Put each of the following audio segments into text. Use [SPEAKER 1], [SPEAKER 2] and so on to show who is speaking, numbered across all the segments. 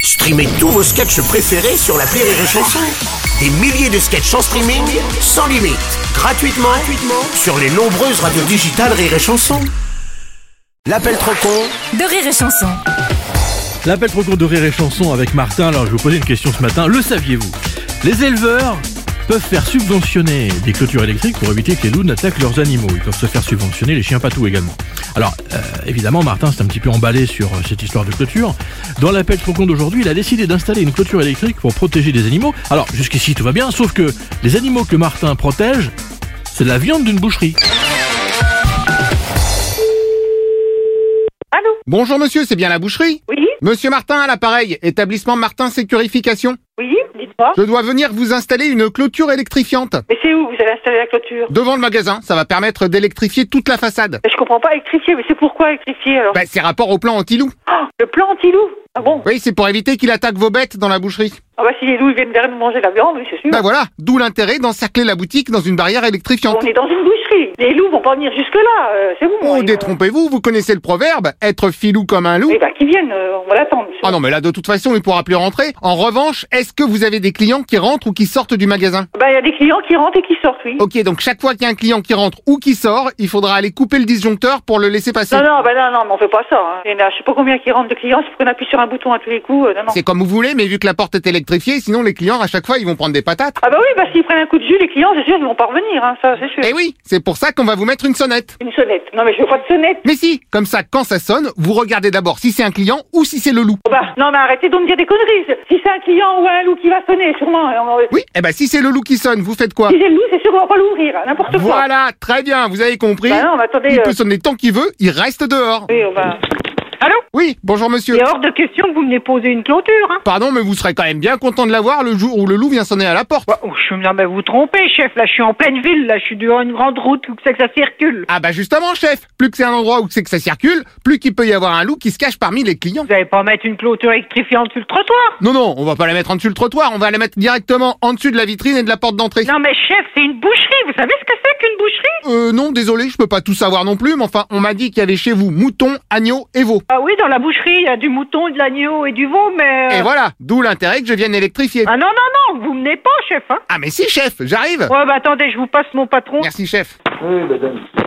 [SPEAKER 1] Streamez tous vos sketchs préférés sur la Rire et Chanson. Des milliers de sketchs en streaming, sans limite, gratuitement, gratuitement sur les nombreuses radios digitales Rire et Chanson. L'appel trop con
[SPEAKER 2] de rire et chanson.
[SPEAKER 3] L'appel trop court de rire et chanson avec Martin. Alors, je vous posais une question ce matin. Le saviez-vous Les éleveurs peuvent faire subventionner des clôtures électriques pour éviter que les loups n'attaquent leurs animaux. Ils peuvent se faire subventionner les chiens patous également. Alors, euh, évidemment, Martin s'est un petit peu emballé sur euh, cette histoire de clôture. Dans l'appel trop con d'aujourd'hui, il a décidé d'installer une clôture électrique pour protéger des animaux. Alors, jusqu'ici, tout va bien, sauf que les animaux que Martin protège, c'est de la viande d'une boucherie.
[SPEAKER 4] Allô
[SPEAKER 5] Bonjour monsieur, c'est bien la boucherie
[SPEAKER 4] Oui
[SPEAKER 5] Monsieur Martin à l'appareil, établissement Martin Sécurification.
[SPEAKER 4] Oui Dites-moi.
[SPEAKER 5] Je dois venir vous installer une clôture électrifiante.
[SPEAKER 4] Mais c'est où Vous allez installer la clôture
[SPEAKER 5] Devant le magasin, ça va permettre d'électrifier toute la façade.
[SPEAKER 4] Mais Je comprends pas, électrifier. Mais c'est pourquoi électrifier alors
[SPEAKER 5] Bah, c'est rapport au plan anti-loup.
[SPEAKER 4] Oh, Le plan anti-loup Ah bon
[SPEAKER 5] Oui, c'est pour éviter qu'il attaque vos bêtes dans la boucherie.
[SPEAKER 4] Ah bah si les loups ils viennent derrière nous manger la viande, oui, c'est sûr.
[SPEAKER 5] Bah voilà, d'où l'intérêt d'encercler la boutique dans une barrière électrifiante.
[SPEAKER 4] On est dans une boucherie. Les loups vont pas venir jusque-là. euh, c'est bon.
[SPEAKER 5] Oh,
[SPEAKER 4] ils-
[SPEAKER 5] détrompez-vous, vous connaissez le proverbe, être filou comme un loup.
[SPEAKER 4] Eh bah qu'ils viennent, euh, on va l'attendre. monsieur.
[SPEAKER 5] Ah non, mais là, de toute façon, il pourra plus rentrer. En revanche, est-ce que vous avez des clients qui rentrent ou qui sortent du magasin
[SPEAKER 4] Bah il y a des clients qui rentrent et qui sortent, oui.
[SPEAKER 5] Ok, donc chaque fois qu'il y a un client qui rentre ou qui sort, il faudra aller couper le disjoncteur pour le laisser passer.
[SPEAKER 4] Non, non, bah non, non, mais on fait pas ça. Hein. Il y en a, je sais pas combien qui rentrent de clients, c'est qu'on appuie sur un bouton à tous les coups. euh, non, non.
[SPEAKER 5] C'est comme vous voulez, mais vu que la porte est électrifiée, sinon les clients à chaque fois ils vont prendre des patates.
[SPEAKER 4] Ah bah oui, bah s'ils prennent un coup de jus, les clients, c'est sûr, ils vont pas revenir, hein, ça, c'est sûr.
[SPEAKER 5] Eh oui, c'est pour ça qu'on va vous mettre une sonnette.
[SPEAKER 4] Une sonnette. Non mais je veux pas de sonnette.
[SPEAKER 5] Mais si, comme ça, quand ça sonne, vous regardez d'abord si c'est un client ou si c'est le loup.
[SPEAKER 4] Oh Bah, non mais arrêtez de me dire des conneries. Si c'est un client ou un loup qui va sonner, sûrement. euh, on-
[SPEAKER 5] Oui, eh ben si c'est le loup qui sonne, vous faites quoi
[SPEAKER 4] Si c'est le loup, c'est sûr qu'on va pas l'ouvrir, hein, n'importe quoi.
[SPEAKER 5] Voilà, très bien, vous avez compris.
[SPEAKER 4] Bah non, mais attendez.
[SPEAKER 5] Il
[SPEAKER 4] euh,
[SPEAKER 5] peut sonner tant qu'il veut, il reste dehors.
[SPEAKER 4] oui, on va-
[SPEAKER 6] Allô
[SPEAKER 5] Oui, bonjour monsieur.
[SPEAKER 6] C'est hors de question que vous venez poser une clôture. Hein.
[SPEAKER 5] Pardon, mais vous serez quand même bien content de l'avoir le jour où le loup vient sonner à la porte.
[SPEAKER 6] Bah, oh, je me non, mais vous trompez, chef. Là, je suis en pleine ville. Là, je suis devant une grande route où que c'est que ça circule.
[SPEAKER 5] Ah bah justement, chef, plus que c'est un endroit où c'est que ça circule, plus qu'il peut y avoir un loup qui se cache parmi les clients.
[SPEAKER 6] Vous allez pas mettre une clôture électrifiante sur le trottoir
[SPEAKER 5] Non, non, on va pas la mettre en dessus le trottoir, on va la mettre directement en dessus de la vitrine et de la porte d'entrée.
[SPEAKER 6] Non, mais chef, c'est une boucherie. Vous savez ce que c'est qu'une boucherie
[SPEAKER 5] Euh, non, désolé, je peux pas tout savoir non plus, mais enfin, on m'a dit qu'il y avait chez vous moutons, agneaux et veaux.
[SPEAKER 6] Ah oui, dans la boucherie, il y a du mouton, de l'agneau et du veau, mais... euh,
[SPEAKER 5] Et voilà, d'où l'intérêt que je vienne électrifier.
[SPEAKER 6] Ah non, non, non, vous menez pas, chef. Hein.
[SPEAKER 5] Ah mais si, chef, j'arrive
[SPEAKER 6] Ouais, bah attendez, je vous passe mon patron.
[SPEAKER 5] Merci, chef.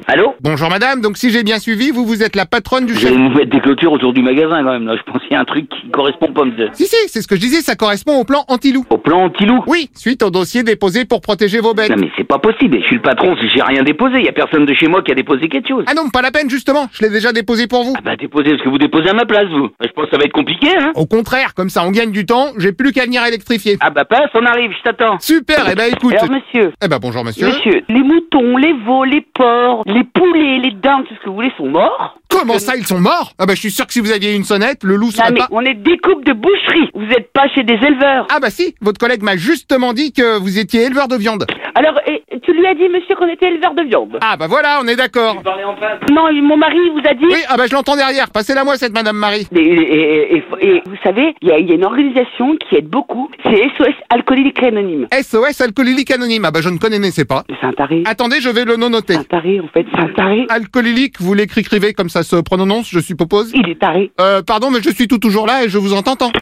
[SPEAKER 7] Allô
[SPEAKER 5] Bonjour madame, donc si j'ai bien suivi, vous, vous êtes la patronne du
[SPEAKER 7] Je
[SPEAKER 5] chef.
[SPEAKER 7] vais vous mettre des clôtures autour du magasin quand même. Là. Je pense qu'il y a un truc qui correspond pas monsieur.
[SPEAKER 5] Si, si, c'est ce que je disais, ça correspond au plan anti-loup.
[SPEAKER 7] au plan anti-loup.
[SPEAKER 5] Oui, suite au dossier déposé pour protéger vos bêtes.
[SPEAKER 7] Non mais c'est pas possible. Je suis le patron, j'ai rien déposé. Il y a personne de chez moi qui a déposé quelque chose.
[SPEAKER 5] Ah non, pas la peine, justement, je l'ai déjà déposé pour vous.
[SPEAKER 7] Ah bah déposez, parce que vous déposez à ma place vous. Bah, Je pense que ça va être compliqué hein.
[SPEAKER 5] Au contraire, comme ça on gagne du temps, j'ai plus qu'à venir électrifier.
[SPEAKER 7] Ah bah passe, on arrive, je t'attends.
[SPEAKER 5] Super, eh ben écoute...
[SPEAKER 8] Alors monsieur,
[SPEAKER 5] Eh ben bonjour monsieur.
[SPEAKER 8] monsieur, les moutons, les veaux, les porcs, les poulets, les dindes, tout ce que vous voulez sont morts.
[SPEAKER 5] Comment ça, ils sont morts Ah bah je suis sûr que si vous aviez une sonnette, le loup
[SPEAKER 8] Non
[SPEAKER 5] serait
[SPEAKER 8] mais
[SPEAKER 5] pas...
[SPEAKER 8] on est des coupes de boucherie. Vous n'êtes pas chez des éleveurs.
[SPEAKER 5] Ah bah si, votre collègue m'a justement dit que vous étiez éleveur de viande.
[SPEAKER 8] Alors et- tu lui as dit monsieur qu'on était éleveur de viande.
[SPEAKER 5] Ah bah voilà, on est d'accord.
[SPEAKER 8] Non, et mon mari vous a dit.
[SPEAKER 5] Ah. Oui, ah bah je l'entends derrière. Passez-la moi cette Madame Marie.
[SPEAKER 8] Mais- Et, et- et- et vous savez, il y, a- il y a une organisation qui aide beaucoup, c'est SOS Alcoolique Anonyme.
[SPEAKER 5] SOS alcoolique anonyme. Ah bah je ne connaissais pas.
[SPEAKER 8] C'est un taré.
[SPEAKER 5] Attendez, je vais le noter.
[SPEAKER 8] C'est un taré en fait, c'est un taré.
[SPEAKER 5] Alcoolique, vous l'écrivez comme ça se prononce, je suppose.
[SPEAKER 8] Il est taré.
[SPEAKER 5] Euh, pardon, mais je suis tout toujours là et je vous entends. tant.